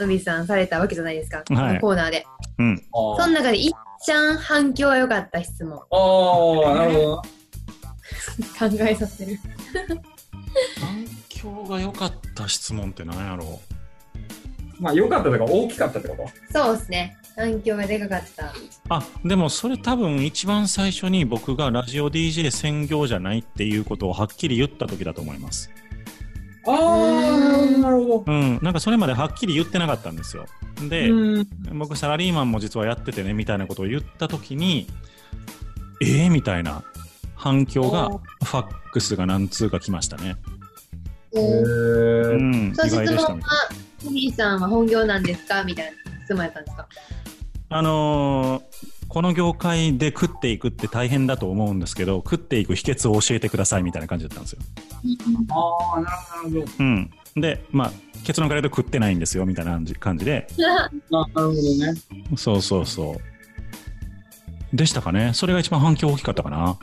S4: のびさんされたわけじゃないですか、このコーナーで
S2: うん。
S3: あ
S4: その中でいっちゃん反響が良かった質問考
S3: ーあー、なるほどな。
S4: えさせる
S2: 環境が良かった質問って何やろう
S3: まあ、良かったとか大きかったってこと
S4: そうですね反響がでかかった
S2: あでもそれ多分一番最初に僕がラジオ DJ 専業じゃないっていうことをはっきり言った時だと思います
S3: ああ、なるほど。
S2: うんなんかそれまではっきり言ってなかったんですよで、
S3: うん
S2: 僕サラリーマンも実はやっててねみたいなことを言った時にえー、みたいな反響がファックスが何通か来ましたね
S3: へ
S2: う
S3: ー
S2: ん意
S4: そういう質
S2: 外でした
S4: 問
S2: み
S4: は
S2: たい
S4: 「のびさんは本業なんですか?」みたいな質問やったんですか
S2: なあのーこの業界で食っていくって大変だと思うんですけど食っていく秘訣を教えてくださいみたいな感じだったんですよ
S3: ああ、なる
S2: うん、で、まあ、結論から言うと食ってないんですよみたいな感じ感じで、
S3: ほど。なるほどね。
S2: そうそうそう。でしたかね、それが一番反響大きかったかな。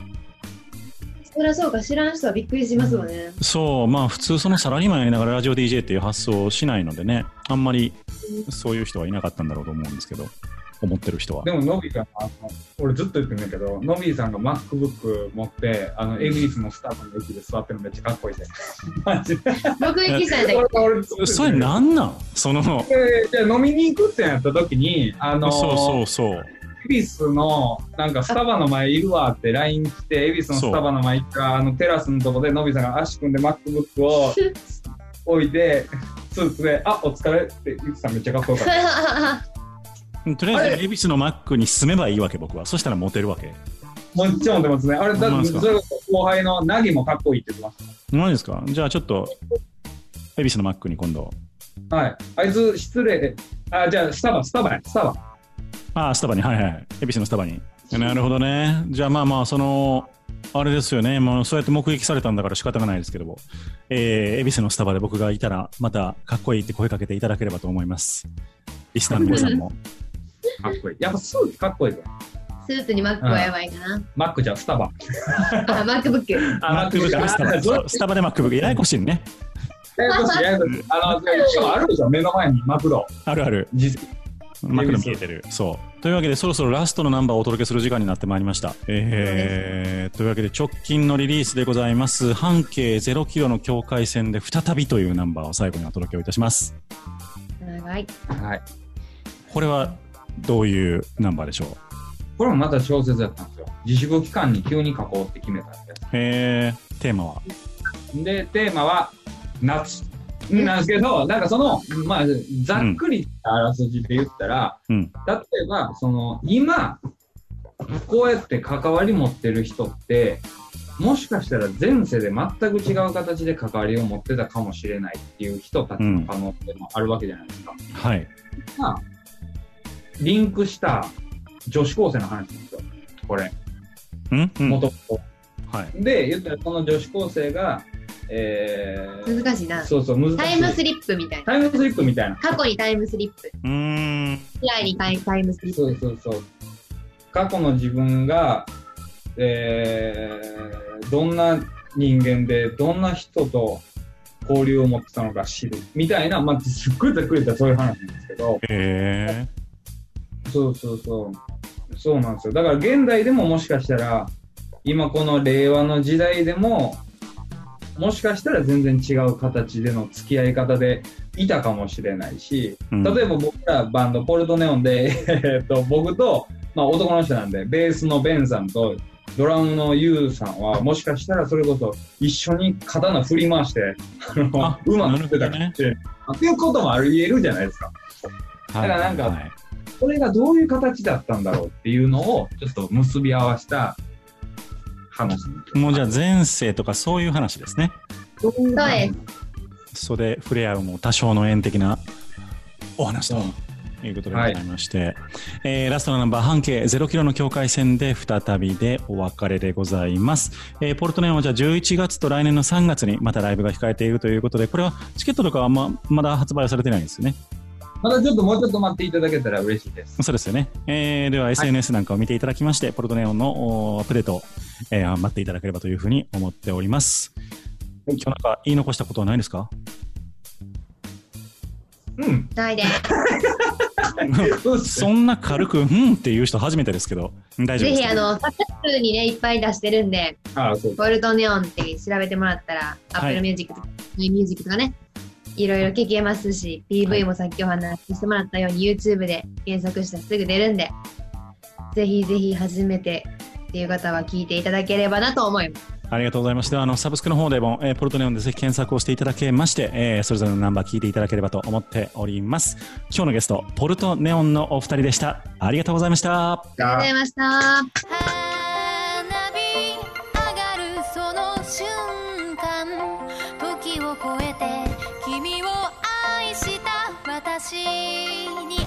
S4: そりゃそうか知らん人はびっくりしますもんね、
S2: そう、まあ、普通、そのサラリーマンやりながらラジオ DJ っていう発想をしないのでね、あんまりそういう人はいなかったんだろうと思うんですけど、思ってる人は
S3: で。も、のびさん、あの俺ずっと言ってんだけど、のびさんが MacBook 持って、あの、エグリスのスタートの駅で座ってるのめっちゃかっこいいね。マジで。
S4: 僕行きしたんだけど
S3: 俺俺ずっと言ってんだけど
S2: それなんなんその、
S3: えーじゃあ飲みに行くってなった時に、あのー、
S2: そうそうそう。
S3: 恵比寿の、なんかスタバの前いるわって LINE 来て、恵比寿のスタバの前行った、あのテラスのとこで、のびさんが足組んで MacBook を置いて、スーツで、あ、お疲れって言ってたのめっちゃかっこ よかった。
S2: とりあえず、恵比寿のマックに住めばいいわけ、僕は。そしたらモテるわけ。
S3: もっちゃモテますね。あれ、
S2: ほん
S3: だ
S2: ま
S3: っ
S2: です
S3: て、
S2: か
S3: それこそ後輩のナギもかっこいいって言ってまし
S2: 何ですかじゃあ、ちょっと、恵比寿のマックに今度、
S3: た。はい。あいつ、失礼で。あ、じゃあ、スタバ、スタバや、スタバ。
S2: ああ、スタバに、はいはい。恵比寿のスタバに。なるほどね。じゃあまあまあ、その、あれですよね。もうそうやって目撃されたんだから仕方がないですけども。えー、恵比寿のスタバで僕がいたら、またかっこいいって声かけていただければと思います。リスナーの皆さんも。
S3: かっこいい。やっぱスーツかっこいいぞ。
S4: スーツにマックはやばいかな、
S3: マックじゃんスタバ。
S4: あマックブック
S3: あ、
S2: MacBook スタバ。
S3: どう
S2: そうスタバで MacBook。ややこしいね。
S3: ややこしいややこしいあの、しかもあるでしょ、目の前にマクロ。
S2: あるある。
S3: 実
S2: 真っ黒に消えてる。そう。というわけで、そろそろラストのナンバーをお届けする時間になってまいりました。えー、というわけで、直近のリリースでございます、半径0キロの境界線で再びというナンバーを最後にお届けをいたします。
S4: 長い。
S3: はい。
S2: これは、どういうナンバーでしょう
S3: これもまた小説だったんですよ。自粛期間に急に書こうって決めたんです。
S2: えー、テーマは
S3: で、テーマは夏なんですけど、なんかその、まあ、ざっくりしたあらすじで言ったら、
S2: うん
S3: 例えば、その、今、こうやって関わり持ってる人って、もしかしたら前世で全く違う形で関わりを持ってたかもしれないっていう人たちの可能性もあるわけじゃないですか。
S2: はい。
S3: まあ、リンクした女子高生の話なんですよ、これ。
S2: うん、うん、
S3: 元
S2: はい。
S3: 々で、言ったらその女子高生が、えー、
S4: 難しいな。
S3: そうそう、難しい。
S4: タイムスリップみたいな。
S3: タイムスリップみたいな。
S4: 過去にタイムスリップ。
S2: うーん。
S4: 未来にタイタイムスリップ。
S3: そうそうそう。過去の自分が、えー、どんな人間で、どんな人と交流を持ってたのか知る。みたいな、まあ、すっごいざっくり言ったらそういう話なんですけど、
S2: え
S3: そうそうそう。そうなんですよ。だから現代でももしかしたら、今この令和の時代でも、もしかしたら全然違う形での付き合い方でいたかもしれないし、
S2: ー。うん
S3: 例えば僕らバンドポルトネオンで、 えーっと僕と、まあ、男の人なんでベースのベンさんとドラムのユウさんはもしかしたらそれこそ一緒に刀振り回してあの
S2: あ
S3: うまくってたかもしれないっていうこともあり得るじゃないですか
S2: はい
S3: だからなんか
S2: はい
S3: それがどういう形だったんだろうっていうのをちょっと結び合わせた話
S2: もうじゃあ前世とかそういう話ですね。
S3: そうですはい
S2: それ触れ合うも多少の縁的なお話ということでございまして、えーラストのナンバー半径0キロの境界線で再びでお別れでございます、えーポルトネオはじゃあ11月と来年の3月にまたライブが控えているということでこれはチケットとかはままだ発売はされてないんですよね
S3: またちょっともうちょっと待っていただけたら嬉しいです
S2: そうですよね、えーでは SNS なんかを見ていただきまして、ポルトネオンのおーアップデートを、えー待っていただければというふうに思っております、
S3: はい
S2: 今日なんか言い残したことはないですか
S3: うん
S4: ないです。
S3: そうですね
S2: そんな軽く「うん」っていう人初めてですけど大丈夫
S4: ぜ
S2: です
S4: ひ、あの、サクッとにね、いっぱい出してるんで、
S3: あそう
S4: ボルトネオンって調べてもらったら、アップルミュージックとか、ミュージックとかね、いろいろ聞けますし、PV もさっきお話ししてもらったように、YouTube で検索したらすぐ出るんで、ぜひぜひ初めてっていう方は聞いていただければなと思います。
S2: ありがとうございましたあのサブスクの方でも、えーポルトネオンでぜひ検索をしていただけまして、えーそれぞれのナンバー聞いていただければと思っております今日のゲストポルトネオンのお二人でしたありがとうございました
S4: ありがとうございました。
S5: 花火上がるその瞬間時を超えて君を愛した私に